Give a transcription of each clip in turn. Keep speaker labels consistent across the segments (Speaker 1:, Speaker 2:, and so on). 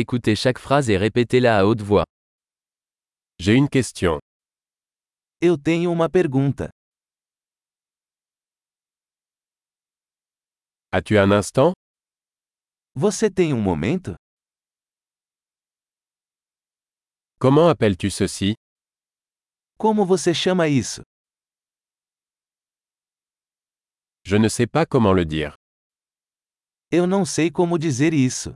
Speaker 1: Écoutez chaque phrase et répétez-la à haute voix.
Speaker 2: J'ai une question.
Speaker 3: Eu tenho uma pergunta.
Speaker 2: As-tu un instant
Speaker 3: Você tem um momento?
Speaker 2: Comment appelles-tu ceci
Speaker 3: Como você chama isso?
Speaker 2: Je ne sais pas comment le dire.
Speaker 3: Eu não sei como dizer isso.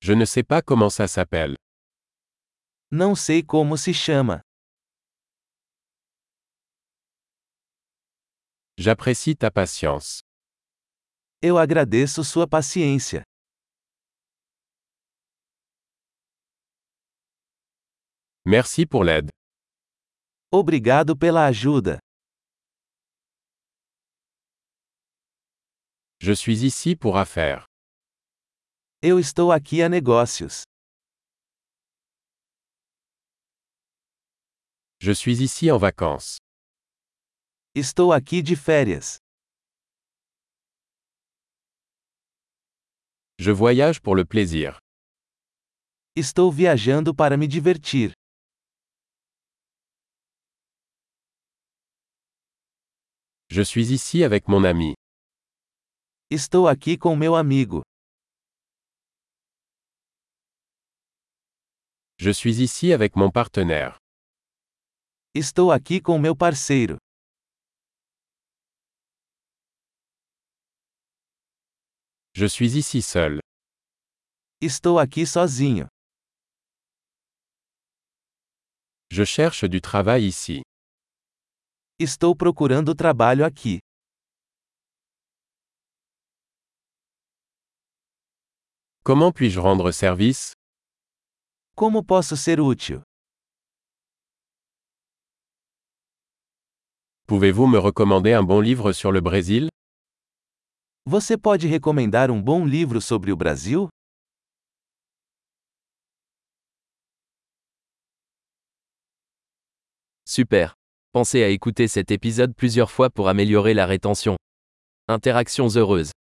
Speaker 2: Je ne sais pas comment ça s'appelle.
Speaker 3: Não sei como se chama.
Speaker 2: J'apprécie ta patience.
Speaker 3: Eu agradeço sua paciência.
Speaker 2: Merci pour l'aide.
Speaker 3: Obrigado pela ajuda.
Speaker 2: Je suis ici pour affaires.
Speaker 3: Eu estou aqui a negócios.
Speaker 2: Je suis ici en vacances.
Speaker 3: Estou aqui de férias.
Speaker 2: Je voyage pour le plaisir.
Speaker 3: Estou viajando para me divertir.
Speaker 2: Je suis ici avec mon ami.
Speaker 3: Estou aqui com meu amigo.
Speaker 2: Je suis ici avec mon partenaire.
Speaker 3: Estou aqui com meu parceiro.
Speaker 2: Je suis ici seul.
Speaker 3: Estou aqui sozinho.
Speaker 2: Je cherche du travail ici.
Speaker 3: Estou procurando trabalho aqui.
Speaker 2: Comment puis-je rendre service
Speaker 3: Como posso ser útil?
Speaker 2: Pouvez-vous me recommander un bon livre sur le Brésil
Speaker 3: Você pode recomendar um bom livro sobre o Brasil?
Speaker 1: Super. Pensez à écouter cet épisode plusieurs fois pour améliorer la rétention. Interactions heureuses.